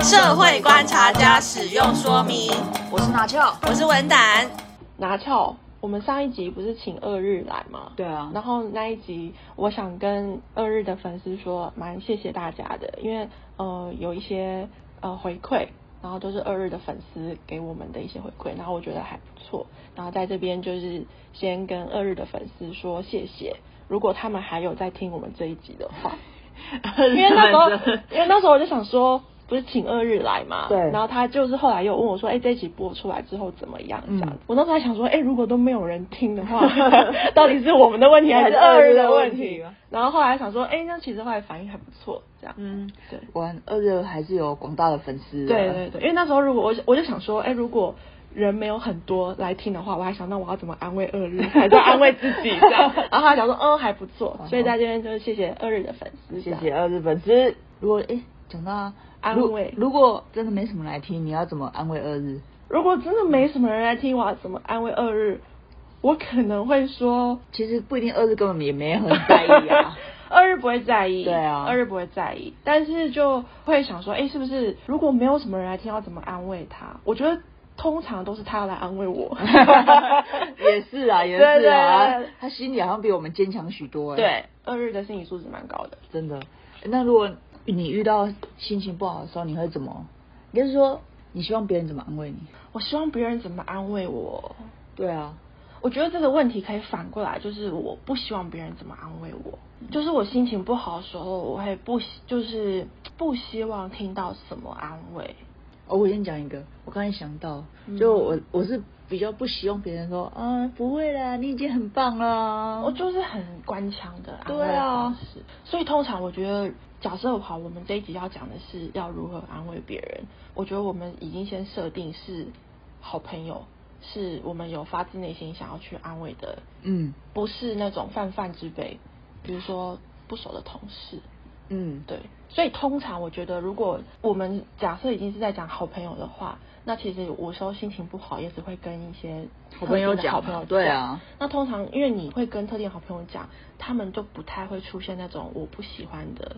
社会观察家使用说明。我是拿翘，我是文胆，拿翘。我们上一集不是请二日来吗？对啊，然后那一集，我想跟二日的粉丝说，蛮谢谢大家的，因为呃有一些呃回馈，然后都是二日的粉丝给我们的一些回馈，然后我觉得还不错，然后在这边就是先跟二日的粉丝说谢谢，如果他们还有在听我们这一集的话， 因为那时候因为那时候我就想说。不是请二日来嘛，对然后他就是后来又问我说，哎、这一集播出来之后怎么样？这样子，嗯我那时候还想说，哎、如果都没有人听的 话，到底是我们的问题还是二日的问题？然后后来想说，哎、那其实后来反应还不错，这样，嗯，对，玩二日还是有广大的粉丝的，对对对，因为那时候如果我就我就想说，哎、如果人没有很多来听的话，我还想那我要怎么安慰二日，还在安慰自己这 样，然后还想说，嗯，还不错，所以在这边就是谢谢二日的粉丝，谢谢二日粉丝。如果哎，讲到安如慰如果真的没什么来听，你要怎么安慰二日？如果真的没什么人来听，我要怎么安慰二日？我可能会说，其实不一定，二日根本也没很在 意啊。二日不会在意，对啊二日不会在意，但是就会想说，哎、是不是如果没有什么人来听，要怎么安慰他？我觉得通常都是他要来安慰我， 也是啊，也是对对啊对，他心里好像比我们坚强许多 哎。，对，二日的心理素质蛮高的。真的。那如果你遇到心情不好的时候，你会怎么？也就是说，你希望别人怎么安慰你？我希望别人怎么安慰我。对啊，我觉得这个问题可以反过来，就是我不希望别人怎么安慰我，嗯就是我心情不好的时候，我会不希就是不希望听到什么安慰。哦，我先讲一个，我刚才想到嗯，就我我是比较不希望别人说，啊，不会啦，你已经很棒啦。我哦就是很官腔的安慰嗯对啊方式，所以通常我觉得，假设好，我们这一集要讲的是要如何安慰别人，我觉得我们已经先设定是好朋友，是我们有发自内心想要去安慰的，嗯不是那种泛泛之辈，比如说不熟的同事，嗯，对，所以通常我觉得，如果我们假设已经是在讲好朋友的话，那其实有时候心情不好也只会跟一些好朋友特定的讲好朋友嘛对讲。啊那通常因为你会跟特定好朋友讲，他们就不太会出现那种我不喜欢的，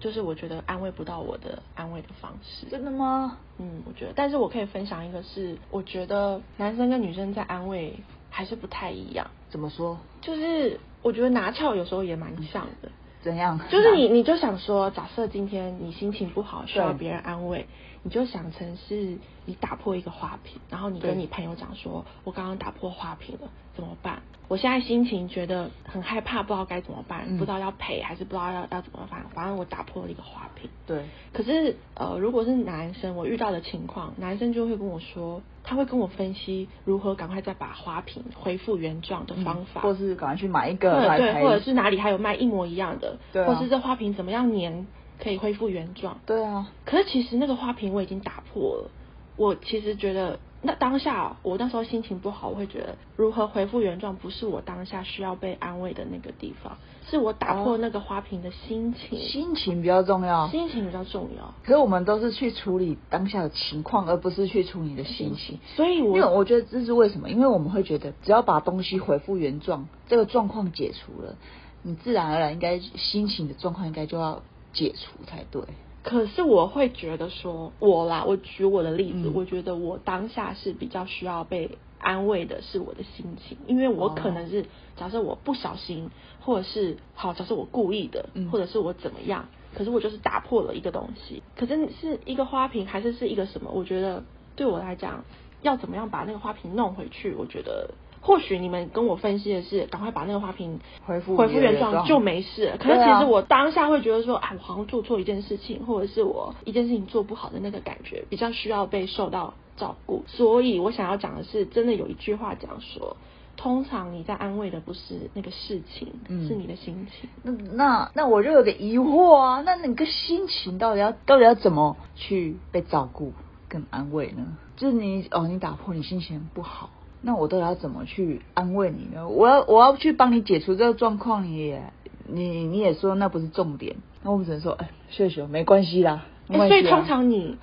就是我觉得安慰不到我的安慰的方式。真的吗？嗯，我觉得，但是我可以分享一个是，我觉得男生跟女生在安慰还是不太一样，怎么说？就是我觉得拿翘有时候也蛮像的。怎样？就是你，你就想说，假设今天你心情不好，需要对别人安慰，你就想成是你打破一个花瓶，然后你对跟你朋友讲说，我刚刚打破花瓶了，怎么办？我现在心情觉得很害怕，不知道该怎么办，嗯不知道要赔还是不知道要要怎么办，反正我打破了一个花瓶。 对，可是呃，如果是男生，我遇到的情况，男生就会跟我说，他会跟我分析如何赶快再把花瓶恢复原状的方法，嗯或是赶快去买一个或者来对，陪或者是哪里还有卖一模一样的，对啊或是这花瓶怎么样粘可以恢复原状。对啊，可是其实那个花瓶我已经打破了，我其实觉得那当下我那时候心情不好，我会觉得如何恢复原状不是我当下需要被安慰的那个地方，是我打破哦那个花瓶的心情，心情比较重要。心情比较重要。可是我们都是去处理当下的情况，而不是去处理你的心情。所以因我为我觉得这是为什么？因为我们会觉得，只要把东西恢复原状，这个状况解除了，你自然而然应该心情的状况应该就要解除才对。可是我会觉得说，我啦，我举我的例子，嗯我觉得我当下是比较需要被安慰的，是我的心情，因为我哦可能是、假设我不小心，或者是好，假设我故意的，嗯或者是我怎么样，可是我就是打破了一个东西，可是是一个花瓶还是是一个什么？我觉得对我来讲，要怎么样把那个花瓶弄回去？我觉得。或许你们跟我分析的是，赶快把那个花瓶恢复恢复原原状状就没事了。可是对其啊实我当下会觉得说，啊，我好像做错一件事情，或者是我一件事情做不好的那个感觉，比较需要被受到照顾。所以我想要讲的是，真的有一句话讲说，通常你在安慰的不是那个事情，嗯是你的心情。那那那我就有点疑惑啊，那你个心情到底要到底要怎么去被照顾跟安慰呢？就是你哦，你打破你心情不好，那我到底要怎么去安慰你呢？我要我要去帮你解除这个状况，你也你你也说那不是重点，那我们只能说哎，秀秀没关系啦，没欸关所以系啦啊通常你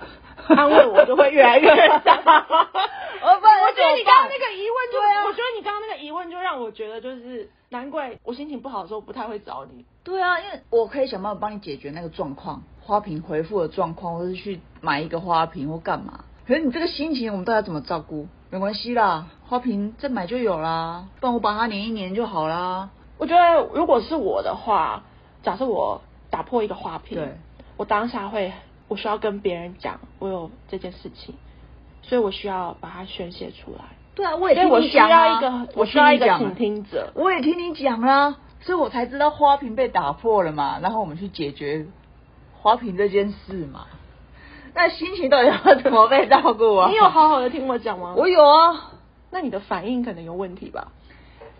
安慰我就会越来越 我伤。不然我觉得你刚刚那个疑问就，对啊我觉得你刚刚那个疑问就让我觉得就是难怪我心情不好的时候不太会找你，对啊，因为我可以想办法帮你解决那个状况，花瓶回复的状况，或是去买一个花瓶或干嘛。可是你这个心情，我们到底要怎么照顾？没关系啦，花瓶再买就有啦，不然我把它粘一粘就好啦。我觉得如果是我的话，假设我打破一个花瓶，对我当下会，我需要跟别人讲我有这件事情，所以我需要把它宣泄出来。对啊，我也所以听我你需讲啊要一个，我需要一听个你讲啊倾听者。我也听你讲啦，所以我才知道花瓶被打破了嘛，然后我们去解决花瓶这件事嘛。那心情到底要怎么被照顾啊？你有好好的听我讲吗？ 我有啊，那你的反应可能有问题吧？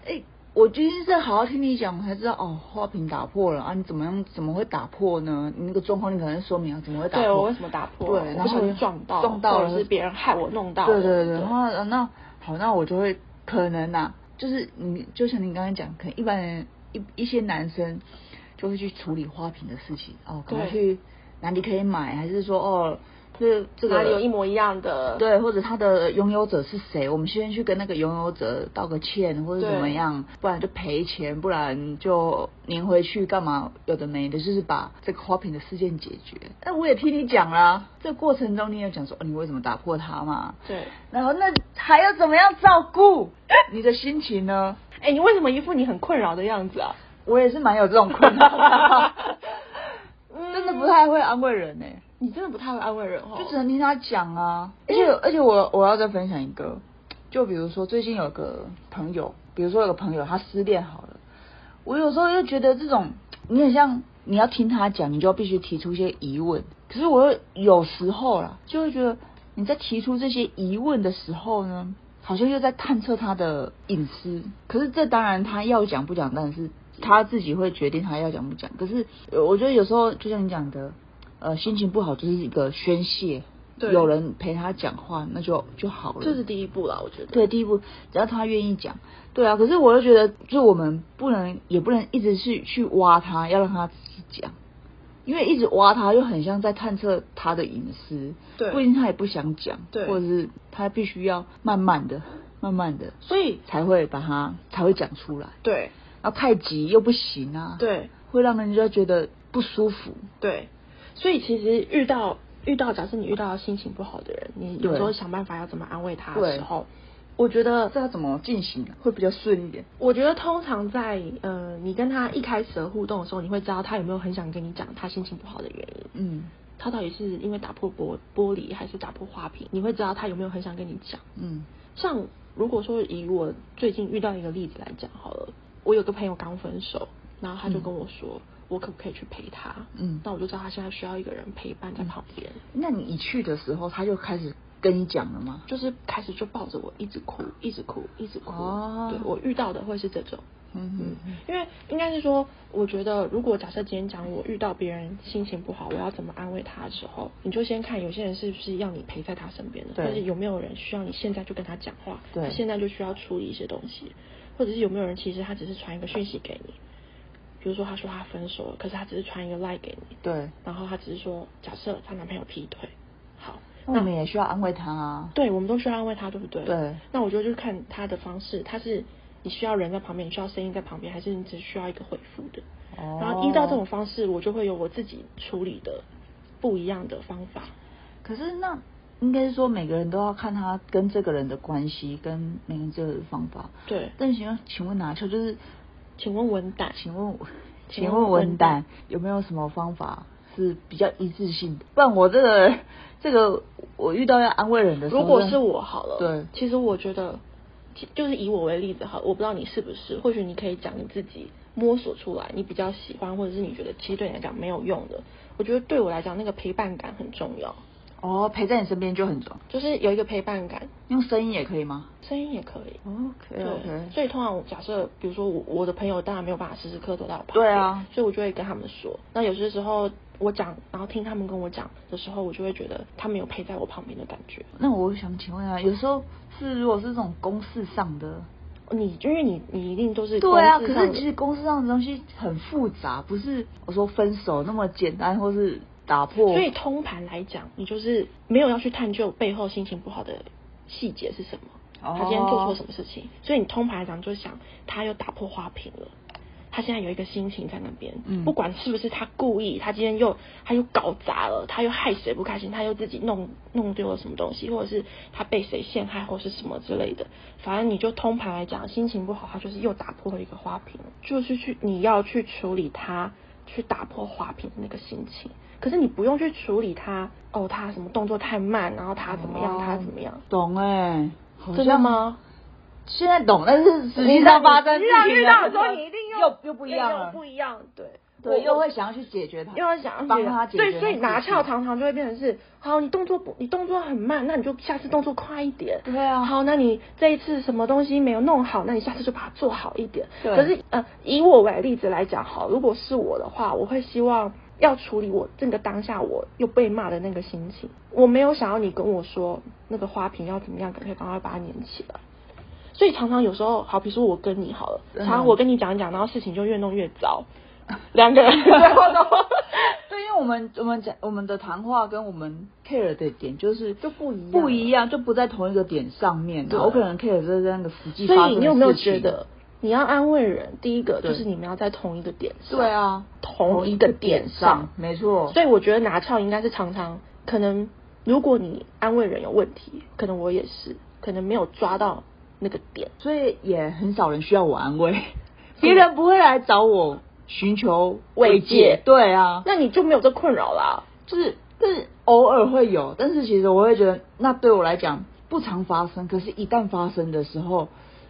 哎、我今天是好好听你讲，我才知道哦，花瓶打破了啊！你怎么样？怎么会打破呢？你那个状况，你可能说明啊，怎么会打破？对我为什么打破？对，然我不小后心撞到，撞到或了，者是别人害我弄到的。对对对，然后呃那好，那我就会可能呐、就是你就像你刚才讲，可能一般人一一些男生就会去处理花瓶的事情哦，可能对去哪里可以买，还是说哦，这这个哪里有一模一样的对，或者他的拥有者是谁，我们先去跟那个拥有者道个歉，或者对怎么样，不然就赔钱，不然就粘回去干嘛？有的没的，就是把这个花瓶的事件解决。那我也听你讲啦，这过程中你也讲说、哦、你为什么打破它嘛，对。然后那还要怎么样照顾你的心情呢？哎、你为什么一副你很困扰的样子啊？我也是蛮有这种困扰的，真的不太会安慰人呢、嗯你真的不太会安慰人哦。就只能听他讲啊。而且而且我我要再分享一个，就比如说最近有个朋友，比如说有个朋友他失恋好了，我有时候又觉得这种你很像你要听他讲，你就要必须提出一些疑问。可是我又有时候啦，就会觉得你在提出这些疑问的时候呢，好像又在探测他的隐私。可是这当然他要讲不讲，但是他自己会决定他要讲不讲。可是呃我觉得有时候就像你讲的，呃，心情不好就是一个宣泄，对有人陪他讲话，那就就好了。这是第一步啦，我觉得。对，第一步，只要他愿意讲，对啊。可是我又觉得，就我们不能，也不能一直去去挖他，要让他自己讲，因为一直挖他，又很像在探测他的隐私。对不一定他也不想讲，对或者是他必须要慢慢的、慢慢的所以才会把他才会讲出来。对然后太急又不行啊，，对会让人家觉得不舒服。对，所以其实遇到遇到，假设你遇到心情不好的人，你有时候想办法要怎么安慰他的对时候，我觉得这要怎么进行啊会比较顺一点？我觉得通常在呃你跟他一开始的互动的时候，你会知道他有没有很想跟你讲他心情不好的原因。嗯他到底是因为打破玻玻璃还是打破花瓶？你会知道他有没有很想跟你讲。嗯像如果说以我最近遇到一个例子来讲好了，我有个朋友刚分手，然后他就跟我说，我可不可以去陪他？嗯那我就知道他现在需要一个人陪伴在旁边，那你一去的时候，他就开始跟你讲了吗？就是开始就抱着我一直哭，一直哭，一直哭。哦对我遇到的会是这种。嗯嗯，因为应该是说，我觉得如果假设今天讲我遇到别人心情不好，我要怎么安慰他的时候，你就先看有些人是不是要你陪在他身边的，对或者有没有人需要你现在就跟他讲话，对他现在就需要处理一些东西，或者是有没有人其实他只是传一个讯息给你，比如说他说他分手了，可是他只是传一个 lie 给你，对，然后他只是说假设她男朋友劈腿，好，那我们也需要安慰他啊。对，我们都需要安慰他，对不对？对。那我觉得就是看他的方式，他是你需要人在旁边，你需要声音在旁边，还是你只需要一个回复的？哦然后依照这种方式，我就会有我自己处理的不一样的方法。可是那应该是说每个人都要看他跟这个人的关系，跟每个人这个方法。对，但请问，请问拿秋就是，请问文胆，请问我，请请问问文文旦旦有没有什么方法是比较一致性的？不然我这个 这个我遇到要安慰人的时候，如果是我好了，对其实我觉得，其就是以我为例子好了，我不知道你是不是，或许你可以讲你自己摸索出来，你比较喜欢，或者是你觉得其实对你来讲没有用的。我觉得对我来讲，那个陪伴感很重要，哦陪在你身边就很重要，就是有一个陪伴感，用声音也可以吗声音也哦可以。 ？OK 对，所以通常我假设，比如说我我的朋友当然没有办法时时刻刻都在我旁边，对啊所以我就会跟他们说。那有些时候我讲，然后听他们跟我讲的时候，我就会觉得他们有陪在我旁边的感觉。那我想请问啊，有时候是如果是这种公事上的，你因为你你一定都是对啊，公司可上是的其实公司上的东西很复杂，不是我说分手那么简单，或是打破。所以通盘来讲，你就是没有要去探究背后心情不好的细节是什么。哦他今天做错什么事情，所以你通盘来讲就想他又打破花瓶了。他现在有一个心情在那边，嗯不管是不是他故意，他今天又他又搞砸了，他又害谁不开心，他又自己弄弄丢了什么东西，或者是他被谁陷害或是什么之类的。反正你就通盘来讲，心情不好，他就是又打破了一个花瓶，就是去你要去处理他，去打破花瓶的那个心情。可是你不用去处理他，哦，他什么动作太慢，然后他怎么样，他怎么样，懂哎、哦好真的像？吗？现在懂，但是实际你上发生你想遇到的时候，事情你一定又又又不一样了又不一样，对对，又会想。想要去解决他，又要想帮他解决那所个事以情，所以拿翘常常就会变成是，好，你动作不，你动作很慢，那你就下次动作快一点。对啊好，那你这一次什么东西没有弄好，那你下次就把它做好一点。对可是呃，以我为例子来讲，好，如果是我的话，我会希望要处理我这个当下我又被骂的那个心情。我没有想要你跟我说那个花瓶要怎么样，可不可以赶快把它粘起来。所以常常有时候，好，比如说我跟你好了，嗯常常我跟你讲一讲，然后事情就越弄越糟，两个人最后 都。对，因为我们我们讲我们的谈话跟我们 care 的点就是就不一样不一样，就不在同一个点上面对啊。我可能 care 这那个实际所发以生的事情。你有没有觉得，你要安慰人，第一个就对是你们要在同一个点上，对，啊，同一个点上上，嗯没错。所以我觉得拿翘应该是常常可能，如果你安慰人有问题，可能我也是，可能没有抓到那个点，所以也很少人需要我安慰，别人不会来找我寻求慰藉藉。对啊，那你就没有这困扰啦。就是就是偶尔会有，但是其实我会觉得，那对我来讲不常发生，可是一旦发生的时候，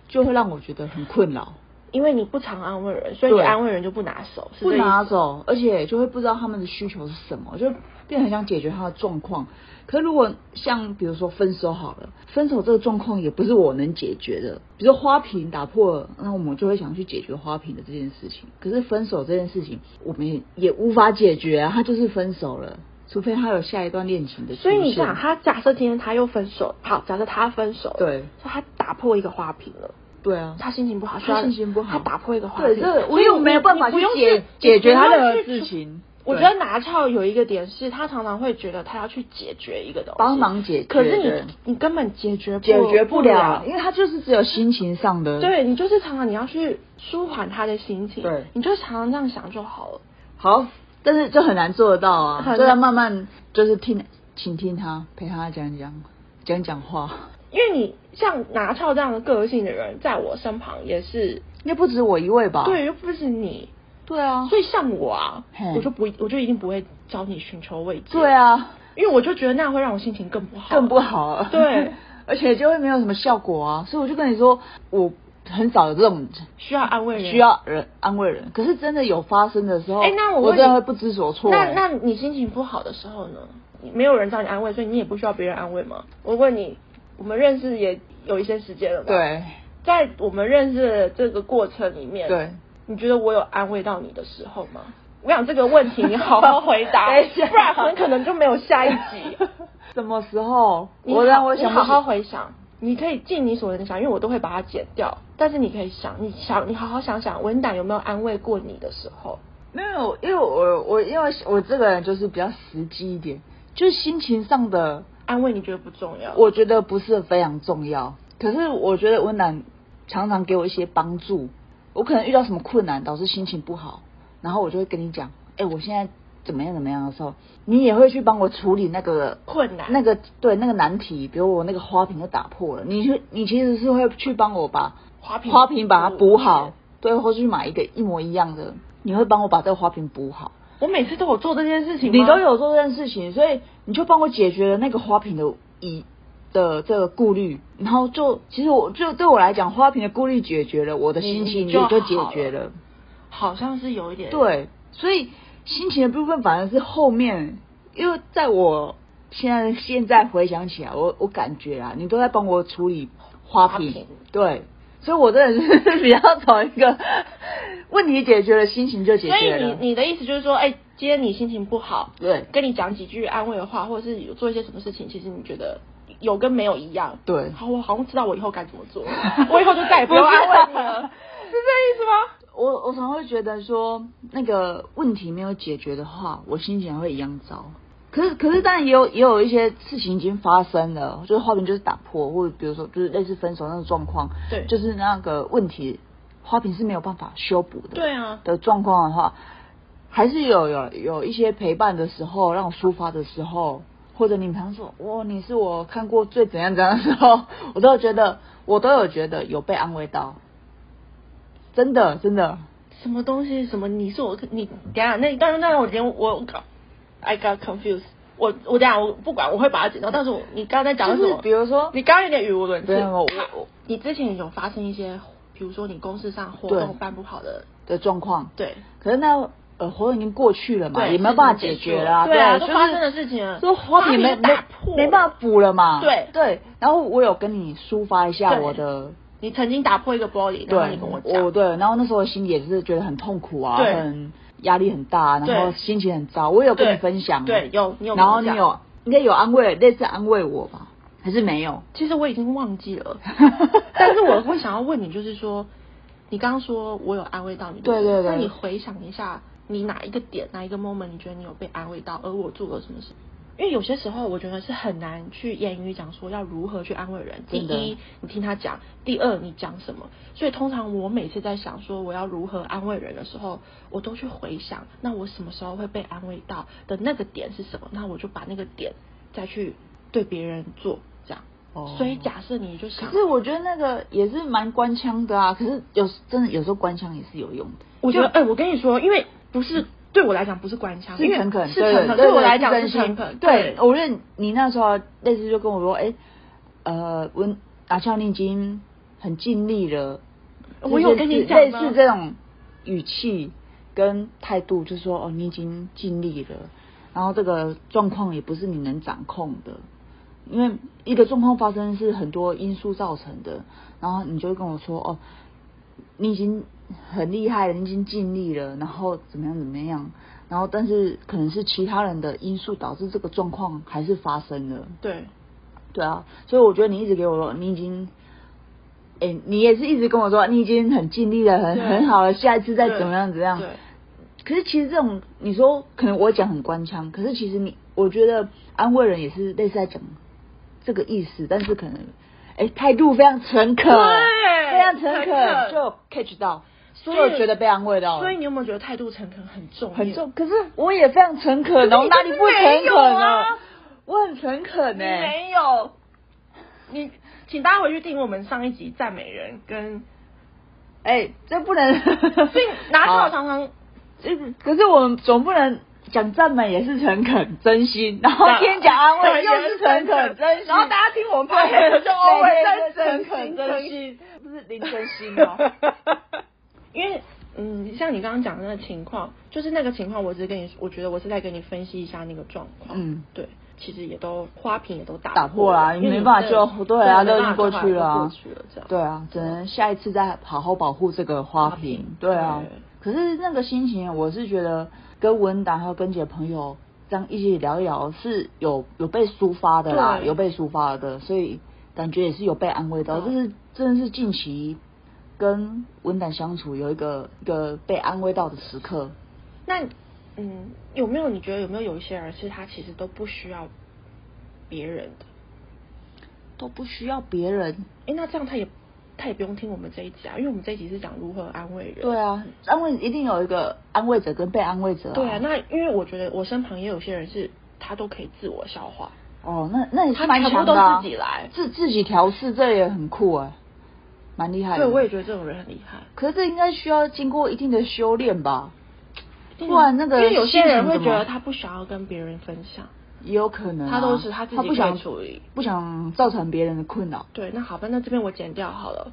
就会让我觉得很困扰。因为你不常安慰人，所以你对安慰人就不拿手，是不这意思拿走，而且就会不知道他们的需求是什么，就变得很想解决他的状况。可如果像比如说分手好了，分手这个状况也不是我能解决的。比如说花瓶打破了，那我们就会想去解决花瓶的这件事情。可是分手这件事情，我们也也无法解决啊，他就是分手了，除非他有下一段恋情的出所现。以你想，他假设今天他又分手，好，假设他分手，，对所以他打破一个花瓶了。对啊，他心情不好，他需要心情不好他打破一个话对题，这个所以我又你没有办法你不去用解去解决他你不任用何去事情我觉对得拿翘有一个点是，他常常会觉得他要去解决一个东西，帮忙解决可是对你你根本解决不解决不不了，因为他就是只有心情上的。对你就是常常你要去舒缓他的心情，对你就常常这样想就好了。好，但是就很难做得到啊，很就要慢慢就是听，倾听他，陪他讲讲讲讲话。因为你像拿翘这样的个性的人，在我身旁也是，也不止我一位吧？对，又不是你，对啊，所以像我啊嘿，我就不我就一定不会找你寻求慰藉，对，啊，因为我就觉得那样会让我心情更不好，更不好了。对， 而且就会没有什么效果啊。所以我就跟你说，我很少有这种需要安慰人，需要人安慰人，可是真的有发生的时候，哎那我我问真的你会不知所措那欸。那你心情不好的时候呢？你没有人找你安慰，所以你也不需要别人安慰吗？我问你，我们认识也有一些时间了吧？，对在我们认识的这个过程里面，，对，你觉得我有安慰到你的时候吗？我想这个问题你好好回答， 等一下不然很可能就没有下一集。什么时候？你 我让我好想你不好起好回想，你可以尽你所能想，因为我都会把它剪掉。但是你可以想，你想，你好好想想，文胆有没有安慰过你的时候？没有，因为我我因为我这个人就是比较实际一点，就是心情上的，安慰你觉得不重要？我觉得不是非常重要。可是我觉得温暖常常给我一些帮助，我可能遇到什么困难导致心情不好，然后我就会跟你讲，哎、我现在怎么样怎么样的时候，你也会去帮我处理那个困难那个对那个难题，比如我那个花瓶就打破了，你去你其实是会去帮我把花瓶花瓶把它补好补，对，或是去买一个一模一样的，你会帮我把这个花瓶补好。我每次都有做这件事情吗你都有做这件事情，所以你就帮我解决了那个花瓶的疑的这个顾虑，然后就其实我就对我来讲，花瓶的顾虑解决了，我的心情你也就就解好决了了。好像是有一点，对，所以心情的部分反而是后面，因为在我现在现在回想起来，我我感觉啊，你都在帮我处理花花瓶，瓶对，所以我真的是 比较从一个问题解决了，心情就解所以决了。你你的意思就是说，哎、今天你心情不好，对跟你讲几句安慰的话，或者是有做一些什么事情，其实你觉得有跟没有一样。对好，我好像知道我以后该怎么 做，我以后就再也不用安慰你了，是这意思吗？我我常会觉得说，那个问题没有解决的话，我心情还会一样糟。可是可是，当然也有也有一些事情已经发生了，就是花瓶就是打破，或者比如说就是类似分手那种状况，对就是那个问题，花瓶是没有办法修补的，对啊的状况的话，还是有有有一些陪伴的时候，让我抒发的时候，或者你常说哇，你是我看过最怎样怎样的时候， 我都有觉得我都有觉得有被安慰到，真的真的，什么东西？什么？你是我？你等一下那一段，那我连我搞，I got confused 我。我等一下我不管，我会把它剪掉。但是我你刚才在讲什就么？是比如说你刚刚有点语无伦次。对啊我我我你之前有发生一些，比如说你公司上活对动办不好的，的状况，对，可是那呃活动已经过去了嘛，对也没有办法解决了、对啊对，都发生的事情了就是花瓶没花瓶没打破没办法补了嘛，对对。然后我有跟你抒发一下对我的。你曾经打破一个玻璃，然后对你跟我，讲，我对，然后那时候心里也是觉得很痛苦啊，对很压力很大，然后对心情很糟。我也有跟对你分享，对有你有跟然我后你讲有应该有安慰，类似安慰我吧，还是没有？其实我已经忘记 了，但是我会想要问你，就是说，你刚刚说我有安慰到你，不对对对那你回想一下，你哪一个点、哪一个 moment 你觉得你有被安慰到，而我做了什么事？因为有些时候我觉得是很难去言语讲说要如何去安慰人。第真的一，你听他讲；第二，你讲什么。所以通常我每次在想说我要如何安慰人的时候，我都去回想，那我什么时候会被安慰到的那个点是什么？那我就把那个点再去对别人做这样。哦所以假设你就想，可是我觉得那个也是蛮官腔的啊，可是有真的有时候官腔也是有用的。我觉得，哎、我跟你说，因为不是对我来讲不是官腔，是因为诚恳，是对诚恳，对我来讲真是心诚恳，对，我觉得你那时候类似就跟我说，哎，呃，文阿笑你已经很尽力了，我有跟你就是讲类吗似这种语气跟态度，就说哦，你已经尽力了，然后这个状况也不是你能掌控的。因为一个状况发生是很多因素造成的，然后你就会跟我说哦，你已经很厉害了，你已经尽力了，然后怎么样怎么样，然后但是可能是其他人的因素导致这个状况还是发生了，对对啊，所以我觉得你一直给我说你已经，哎、你也是一直跟我说你已经很尽力了，很对很好了，下一次再对怎么样怎么样对。可是其实这种你说可能我讲很官腔，可是其实你我觉得安慰人也是类似在讲这个意思，但是可能哎态度非常诚恳，对非常诚诚恳就有 catch 到，所以就觉得被安慰到了所以你有没有觉得态度诚恳很重要？很重。可是我也非常诚恳可哦，是我你哪里不就是没诚有恳啊了？我很诚恳欸你呢、没有，你请大家回去听我们上一集赞美人跟，哎、这不能，啊所 以拿翘常常就是，可是我们总不能讲赞美也是诚恳真心，然后今天讲安慰又是诚恳真心，然后大家听我 们 podcast 就哦， always 诚真恳心真真心，不是林真心哦。啊因为嗯，像你刚刚讲的那个情况，就是那个情况，我只是跟你，我觉得我是在跟你分析一下那个状况。嗯对，其实也都花瓶也都打打破啦，了，你因为没办法这救，对啊，没都已办法经过救去了都啊，过去了，这样对啊，只能下一次再好好保护这个花瓶，花瓶对啊对。可是那个心情，我是觉得跟文达还有跟几个朋友这样一起聊一聊，是有有被抒发的啦，对有被抒发的，所以感觉也是有被安慰到，嗯这是真的是近期跟文胆相处有一个一个被安慰到的时刻。那嗯，有没有你觉得有没有有一些人是他其实都不需要别人的？都不需要别人，哎，那这样他也他也不用听我们这一集啊，因为我们这一集是讲如何安慰人。对啊，安慰一定有一个安慰者跟被安慰者、对啊，那因为我觉得我身旁也有些人是他都可以自我消化，哦，那那也是他蛮全部强都的、啊，自己来自自己调试，这也很酷哎、蛮厉害的。对，我也觉得这种人很厉害。可是这应该需要经过一定的修炼吧，对啊不然那个因为有些人会心情觉怎么得他不想要跟别人分享。也有可能啊、他都是他自己不想可以处理，不想造成别人的困扰。对，那好吧，那这边我剪掉好 了。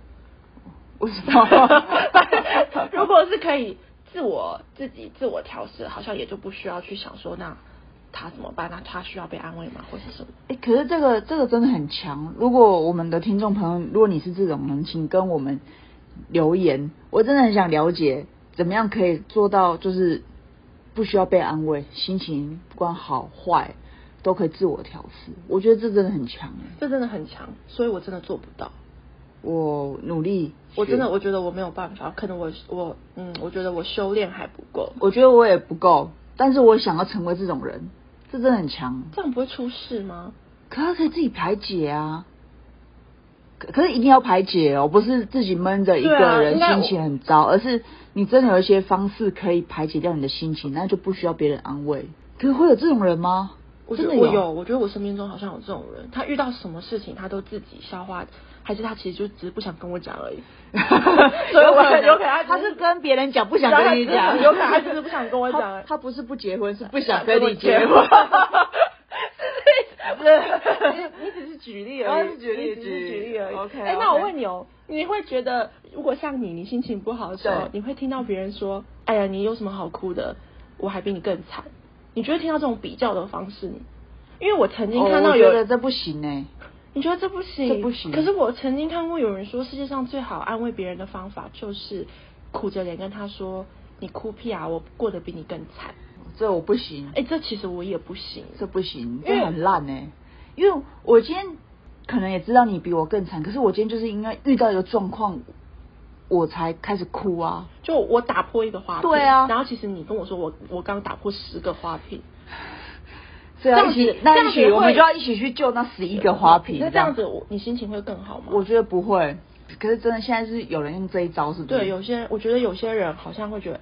为什 么？ 如果是可以自我自己自我调试，好像也就不需要去想说那他怎么办？那他需要被安慰吗？或者什么？哎、可是这个这个真的很强。如果我们的听众朋友，如果你是这种人，请跟我们留言。我真的很想了解，怎么样可以做到，就是不需要被安慰，心情不管好坏都可以自我调试。我觉得这真的很强哎，这真的很强，所以我真的做不到。我努力学，我真的我觉得我没有办法，可能我我嗯，我觉得我修炼还不够。我觉得我也不够，但是我想要成为这种人。这真的很强。这样不会出事吗？可他可以自己排解啊，可可是一定要排解哦，不是自己闷着一个对啊人应该心情很糟，而是你真的有一些方式可以排解掉你的心情，那就不需要别人安慰。可是会有这种人吗？我觉得真的我 有，我觉得我生命中好像有这种人，他遇到什么事情他都自己消化，还是他其实就只是不想跟我讲而已。所以有我可能，有可能他只他是跟别人讲，不想然后跟你他只讲，是有可能他只是不想跟我讲他而已他不是不结婚，是不想想跟跟你我结结婚 婚。不是，你你只是举例然后而已，是举例，你哦只只是是举例而已。 OK，哎，那我问你哦，你会觉得如果像你，你心情不好的时候对，你会听到别人说：“哎呀，你有什么好哭的？我还比你更惨。”你觉得听到这种比较的方式吗，因为我曾经看到有有，的这不行欸呢，你觉得这不行？这不行可是我曾经看过有人说，世界上最好安慰别人的方法就是苦着脸跟他说：“你哭屁啊，我过得比你更惨。这我不行”，哎，这其实我也不行。这不行，因为这很烂呢。因为我今天可能也知道你比我更惨，可是我今天就是因为遇到一个状况，我才开始哭啊。就我打破一个花瓶，对啊然后其实你跟我说我我刚打破十个花瓶，所以要这样一起子，这那样一子起我们会就要一起去救那十一个花瓶。那这样子我你心情会更好吗？我觉得不会，可是真的现在是有人用这一招，是不是？对有些人，我觉得有些人好像会觉得，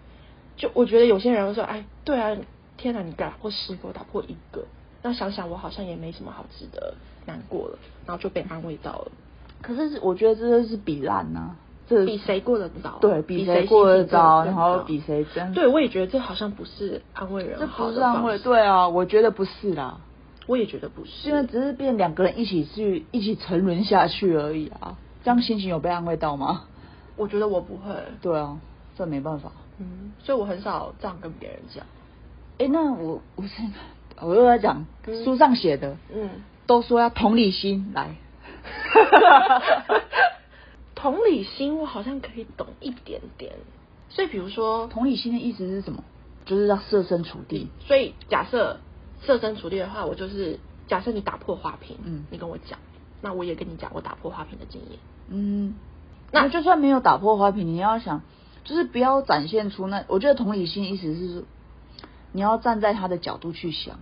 就我觉得有些人会说，哎，对啊，天哪，你打破十个，我打破一个，那想想我好像也没什么好值得难过了，然后就被安慰到了，可是我觉得这就是比烂呐、这比谁过得早，对比比谁谁过得心情过早，得然后早比谁真对，我也觉得这好像不是安慰这人好不的是安慰，方式，对啊，我觉得不是啦，我也觉得不是，因为只是变两个人一起去一起沉沦下去而已啊，这样心情有被安慰到吗？我觉得我不会，对啊，这没办法。嗯，所以我很少这样跟别人讲。哎，那我我现在我又在讲嗯书上写的，嗯，都说要同理心 来，同理心我好像可以懂一点点，所以比如说，同理心的意思是什么？就是要设身处地，所以假设设身处地的话，我就是假设你打破花瓶，嗯你跟我讲，那我也跟你讲我打破花瓶的经验。嗯，那那就算没有打破花瓶，你要想，就是不要展现出那，我觉得同理心意思是，你要站在他的角度去想，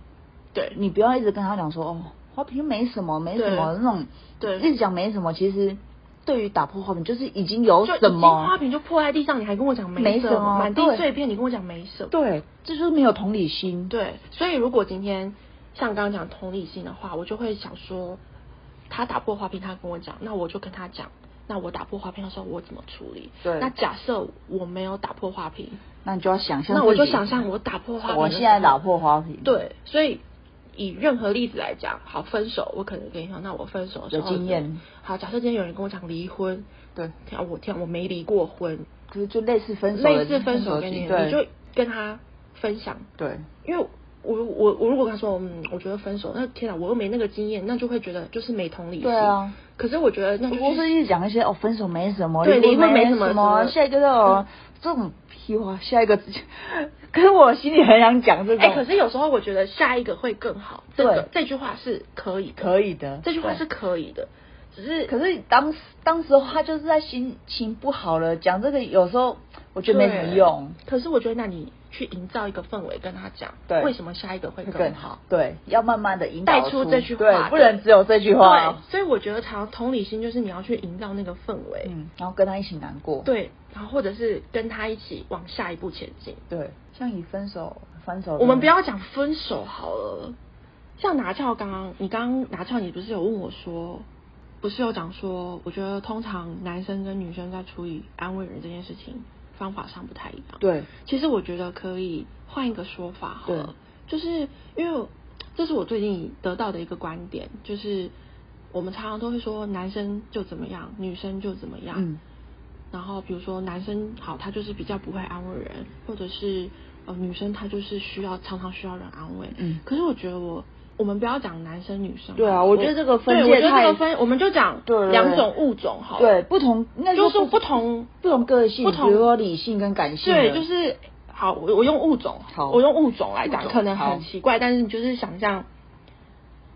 对，你不要一直跟他讲说，哦，花瓶没什么，没什么对那种，对一直讲没什么，其实对于打破花瓶，就是已经有就已什经花么，瓶就破在地上，你还跟我讲没什什么满地对碎片，你跟我讲没什么。对，这就是没有同理心，，对，所以如果今天像刚刚讲同理心的话，我就会想说，他打破花瓶，他跟我讲，那我就跟他讲，那我打破花瓶的时候我怎么处理？对那假设我没有打破花瓶，那你就要想象，那我就想象我打破花瓶的时候，我现在打破花瓶，，对，所以以任何例子来讲，好，分手，我可能跟你说，那我分手的时候有经验。好，假设今天有人跟我讲离婚，对，天啊，我天啊，我没离过婚，就是就类似分手的，类似分手跟你，对，你就跟他分享，对，因为我我我如果跟他说，嗯，我觉得分手，那天啊，我又没那个经验，那就会觉得就是没同理心。对啊。可是我觉得那就不过是哎是一直讲一些哦，分手没什么，对离离婚没没什么什什么下一个哦、这种屁话，下一个， 可是我心里很想讲这种，哎、可是有时候我觉得下一个会更好。这个对啊这句话是可以的，可以的，这句话是对。可以的，只是可是当时当时他就是在心情不好了，讲这个有时候我觉得没什么用，对。可是我觉得，那你去营造一个氛围，跟他讲，对为什么下一个会更好，，对，要慢慢的引导带出这句话，对，不能只有这句话哦，对，所以我觉得，常同理心就是你要去营造那个氛围，嗯，然后跟他一起难过，对，然后或者是跟他一起往下一步前进。对，像以分手分手，我们不要讲分手好了，像拿翘刚刚，你刚刚拿翘，你不是有问我说，不是有讲说，我觉得通常男生跟女生在处理安慰人这件事情方法上不太一样。对其实我觉得可以换一个说法好了，就是因为这是我最近得到的一个观点，就是我们常常都会说男生就怎么样，女生就怎么样，嗯然后比如说男生好，他就是比较不会安慰人，或者是呃女生她就是需要常常需要人安慰，嗯可是我觉得我。我们不要讲男生女生，对啊我觉得这个分对界我觉得这太个分，我们就讲对对对两种物种好了，对不同，那就是不同不同个性，不同比如说理性跟感性的，对，就是好，我我用物种，好我用物种来物讲，种可能好很奇怪，但是你就是想象，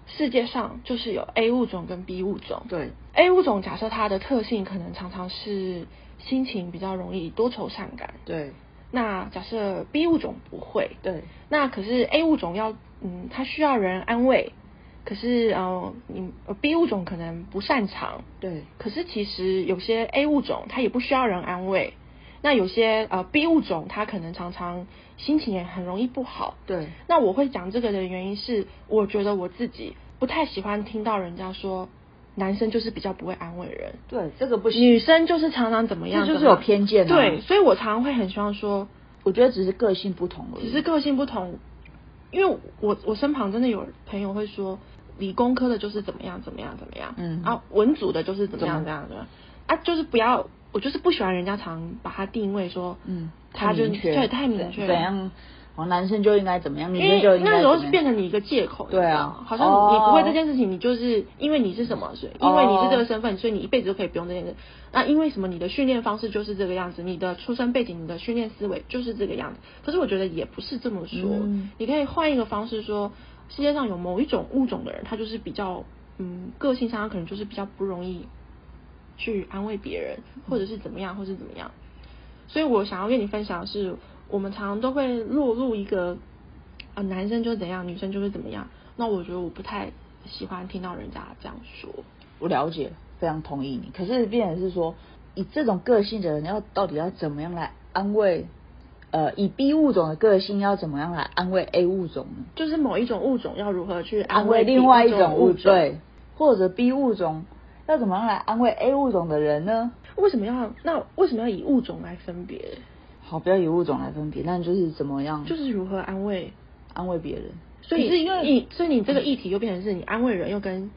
世界上就是有 A 物种跟 B 物种。对 A 物种假设它的特性可能常常是心情比较容易多愁善感，对那假设 B 物种不会，对，那可是 A 物种要，嗯，它需要人安慰，可是呃，你呃 B 物种可能不擅长，对，可是其实有些 A 物种它也不需要人安慰，那有些呃 B 物种它可能常常心情也很容易不好。对，那我会讲这个的原因是，我觉得我自己不太喜欢听到人家说男生就是比较不会安慰人，对，这个不行，女生就是常常怎么样，这就是怎么样有偏见啊对，所以我常常会很希望说，我觉得只是个性不同而已。只是个性不同，因为我我身旁真的有朋友会说，理工科的就是怎么样怎么样怎么样，嗯啊，文组的就是怎么样怎么怎么样怎么样，啊，就是不要，我就是不喜欢人家常把他定位说，嗯，他就明确，对太明确了怎样，哦，男生就应该怎么样，女因生就为应那该时候怎是么样变成你一个借口，对你啊知道吗好像哦你不会这件事情，你就是因为你是什么，所以因为你是这个身份，所以你一辈子都可以不用这件事。那因为什么？你的训练方式就是这个样子，你的出生背景、你的训练思维就是这个样子。可是我觉得也不是这么说，嗯你可以换一个方式说，世界上有某一种物种的人，他就是比较嗯个性上，他可能就是比较不容易去安慰别人，或者是怎么样，或是怎么样。所以我想要跟你分享的是，我们常常都会落入一个啊、男生就是怎样，女生就是怎么样。那我觉得我不太喜欢听到人家这样说。我了解，非常同意你。可是变成是说，以这种个性的人要到底要怎么样来安慰？呃，以 B 物种的个性要怎么样来安慰 A 物种呢？就是某一种物种要如何去安慰慰另外一种物物种，对，或者 B 物种要怎么样来安慰 A 物种的人呢？为什么要那为什么要以物种来分别？好，不要以物种来分别，那就是怎么样就是如何安慰。安慰别人。所以可是因为你，所以你这个议题又变成是你安慰人，又跟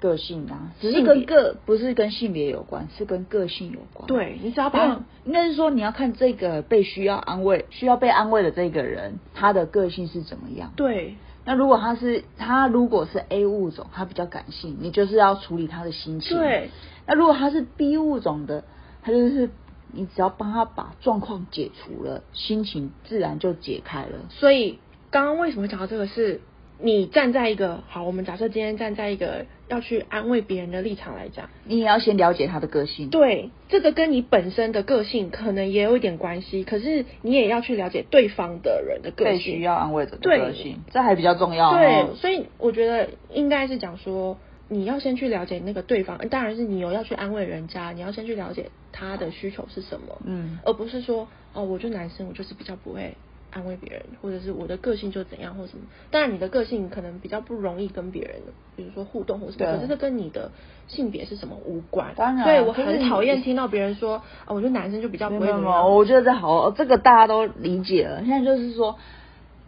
个性啊，只是性跟别个不是跟性别有关，是跟个性有关。对你只要要把应该是说你要看这个被需要安慰、需要被安慰的这个人，他的个性是怎么样。对那如果他是他如果是 A 物种，他比较感性，你就是要处理他的心情。对。那如果他是 B 物种的，他就是你只要帮他把状况解除了，心情自然就解开了。所以刚刚为什么会讲到这个是？你站在一个好，我们假设今天站在一个要去安慰别人的立场来讲，你也要先了解他的个性。对，这个跟你本身的个性可能也有一点关系，可是你也要去了解对方的人的个被性。需要安慰者的对个性，这还比较重要哦。对，所以我觉得应该是讲说，你要先去了解那个对方，呃当然是你有要去安慰人家，你要先去了解他的需求是什么，嗯而不是说哦，我就男生，我就是比较不会安慰别人，或者是我的个性就怎样或什么。当然，你的个性可能比较不容易跟别人，比如说互动或什对么，可是这跟你的性别是什么无关。当然啊所以我可是很你讨厌听到别人说，哦，我觉得男生就比较没不有会怎没有没么有，样。我觉得这好，哦这个大家都理解了。现在就是说，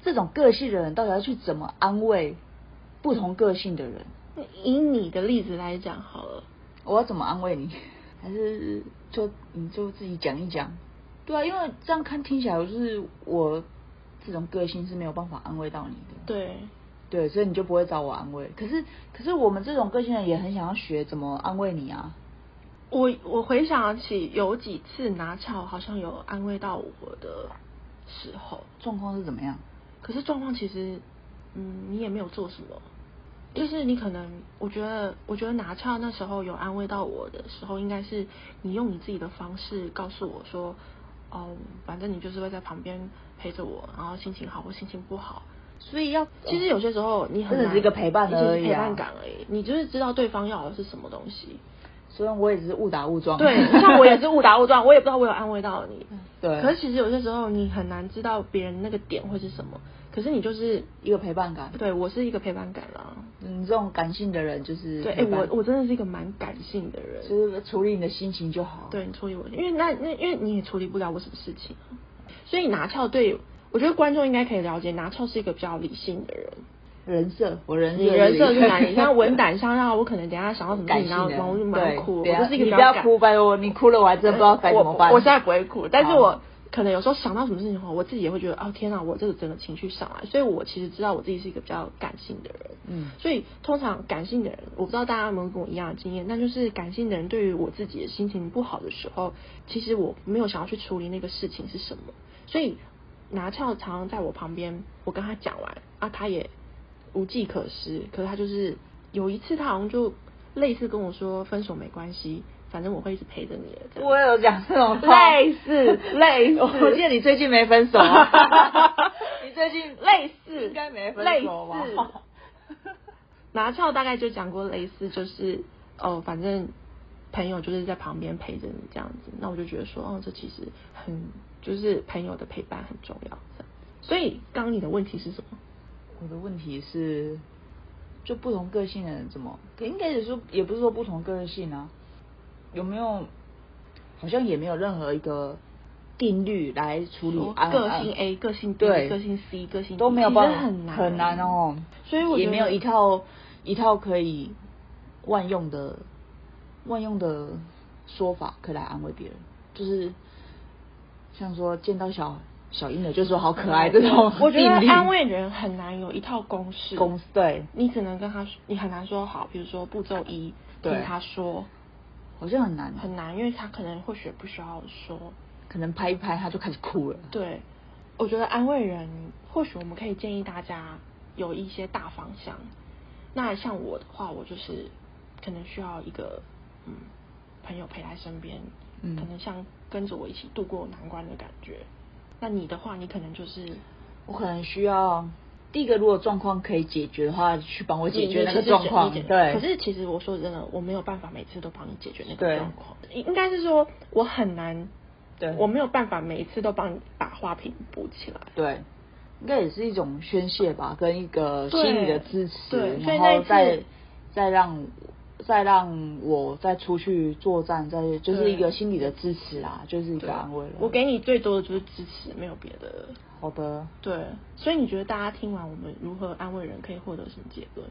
这种个性的人到底要去怎么安慰不同个性的人？以你的例子来讲好了，我要怎么安慰你？ 还是就你就自己讲一讲？对啊，因为这样看听起来，我就是我这种个性是没有办法安慰到你的。对，对，所以你就不会找我安慰。可是可是我们这种个性的人也很想要学怎么安慰你啊。我我回想起有几次拿翘好像有安慰到我的时候，状况是怎么样？可是状况其实，嗯，你也没有做什么，就是你可能，我觉得，我觉得拿翘那时候有安慰到我的时候，应该是你用你自己的方式告诉我说，哦，反正你就是会在旁边陪着我，然后心情好或心情不好。所以要，其实有些时候你很这只难是一个陪伴而一直是已啊陪伴感而已。你就是知道对方要的是什么东西，虽然我也只是误打误撞。 对，像我也是误打误撞，我也不知道我有安慰到你。对可是其实有些时候你很难知道别人那个点会是什么，可是你就是一个陪伴感。对我是一个陪伴感啦。嗯，这种感性的人就是对，哎、陪伴我我真的是一个蛮感性的人。就是处理你的心情就好。对，你处理我，因为那那因为你也处理不了我什么事情啊，所以拿翘对我觉得观众应该可以了解，拿翘是一个比较理性的人。人设，我人设你人设是男，男， 你像文胆上让我可能等一下想到什么事感情，性然后的，然后就马上对，哭，我对啊就是一个你比不较要感哭，拜托，你哭了我还真不知道该怎么办。我我现在不会哭，但是好我可能有时候想到什么事情后，我自己也会觉得，哦天哪，我这个整个情绪上来，所以我其实知道我自己是一个比较感性的人。嗯所以通常感性的人，我不知道大家有没有跟我一样的经验，那就是感性的人对于我自己的心情不好的时候，其实我没有想要去处理那个事情是什么，所以拿翘常常在我旁边，我跟他讲完啊，他也无计可施，可是他就是有一次他好像就类似跟我说分手没关系，反正我会一直陪着你的。这样我有讲这种类 似类似， 我记得你最近没分手 啊，你最近类似应该没类似拿翘大概就讲过类似，就是呃，反正朋友就是在旁边陪着你这样子，那我就觉得说，哦，这其实很就是朋友的陪伴很重要。这样所以刚刚你的问题是什么？我的问题是，就不同个性的人怎么，应该也说也不是说不同个性啊，有没有好像也没有任何一个定律来处理说安个性 A 个性 B 对个性 C 个性 D 都没有办法其实很难很难哦，所以我觉得也没有一套一套可以万用的万用的说法可以来安慰别人，就是像说见到小小婴儿就说好可爱这种我觉得定律安慰人很难有一套公式。哦公对你只能跟他，说，你很难说好，比如说步骤一，对听他说，好像很难很难，因为他可能或许不需要说。可能拍一拍他就开始哭了。对，我觉得安慰人，或许我们可以建议大家有一些大方向。那像我的话，我就是可能需要一个嗯朋友陪在身边，嗯可能像跟着我一起度过难关的感觉。那你的话，你可能就是我可能需要第一个，如果状况可以解决的话，去帮我解你决你那个只是状解况。你解对，可是其实我说真的，我没有办法每次都帮你解决那个对状况，应应该是说我很难，对我没有办法每一次都帮你把花瓶补起来。对，应该也是一种宣泄吧，跟一个对心理的支持，对所以然那一后次再再让再让我再出去作战，再就是对一个心理的支持啦，就是一对个安慰了。我给你最多的就是支持，没有别的。好的，对，所以你觉得大家听完我们如何安慰人，可以获得什么结论？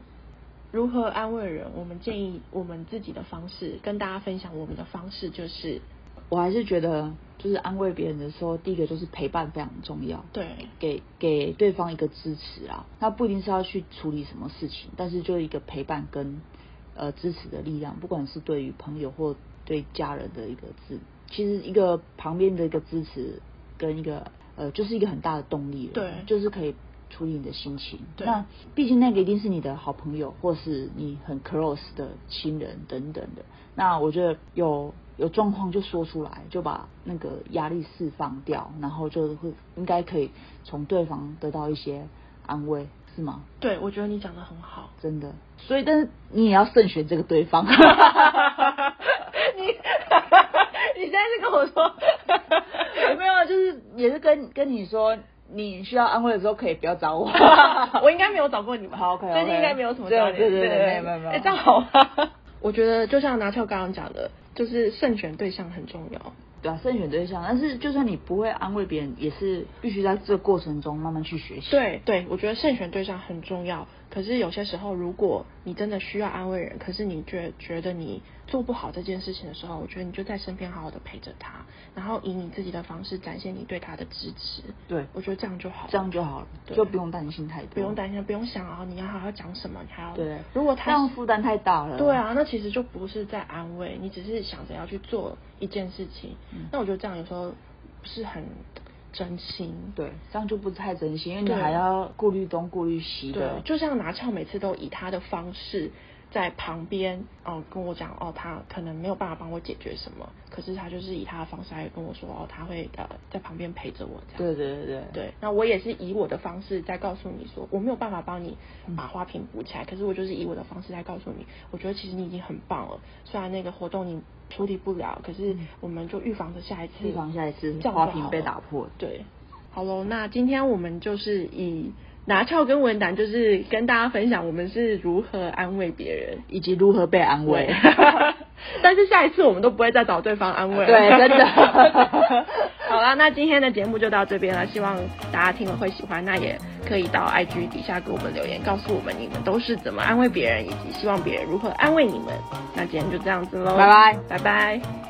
如何安慰人？我们建议我们自己的方式，跟大家分享我们的方式就是，我还是觉得就是安慰别人的时候，第一个就是陪伴非常重要。对给给对方一个支持啊，那不一定是要去处理什么事情，但是就一个陪伴跟呃支持的力量，不管是对于朋友或对家人的一个支，其实一个旁边的一个支持跟一个呃，就是一个很大的动力了，对就是可以处理你的心情。对那毕竟那个一定是你的好朋友，或是你很 close 的亲人等等的。那我觉得有有状况就说出来，就把那个压力释放掉，然后就会应该可以从对方得到一些安慰，是吗？对，我觉得你讲的很 好。真的，所以但是你也要慎选这个对 方。 你你现在是跟我 说。有没有就是也是跟跟你说，你需要安慰的时候可以不要找我 我应该没有找过你吧？好，OK，OK 最近应该没有什么交流。对对对对对没有没有哎，这样好吗？ 我觉得就像拿翘刚刚讲的，就是慎选对象很重要。对啊，慎选对象，但是就算你不会安慰别人，也是必须在这个过程中慢慢去学习。对对，我觉得慎选对象很重要。可是有些时候，如果你真的需要安慰人，可是你觉觉得你做不好这件事情的时候，我觉得你就在身边好好的陪着他，然后以你自己的方式展现你对他的支持。对我觉得这样就好了。这样就好了，对就不用担心太多，不用担心，不用想啊，你要还要讲什么，你还要对，如果这他样负担太大了。对，啊，那其实就不是在安慰，你只是想着要去做一件事情。嗯那我觉得这样有时候不是很真心。对，这样就不太真心，因为你对还要顾虑东顾虑西对的，。就像拿翘每次都以他的方式在旁边，哦、跟我讲，哦，他可能没有办法帮我解决什么，可是他就是以他的方式来跟我说，哦，他会呃在旁边陪着我这样。对对对对对，那我也是以我的方式在告诉你说，我没有办法帮你把花瓶补起来，可是我就是以我的方式在告诉你，我觉得其实你已经很棒了。虽然那个活动你处理不了，可是我们就预防着下一次，嗯预防下一次这样就花瓶好了被打破对，好喽，那今天我们就是以拿翘跟文胆，就是跟大家分享我们是如何安慰别人。以及如何被安慰。 但是下一次我们都不会再找对方安慰了。对真的 好啦，那今天的节目就到这边了，希望大家听了会喜欢。那也可以到 IG 底下给我们留言，告诉我们你们都是怎么安慰别人，以及希望别人如何安慰你们。那今天就这样子喽， 拜拜，拜拜。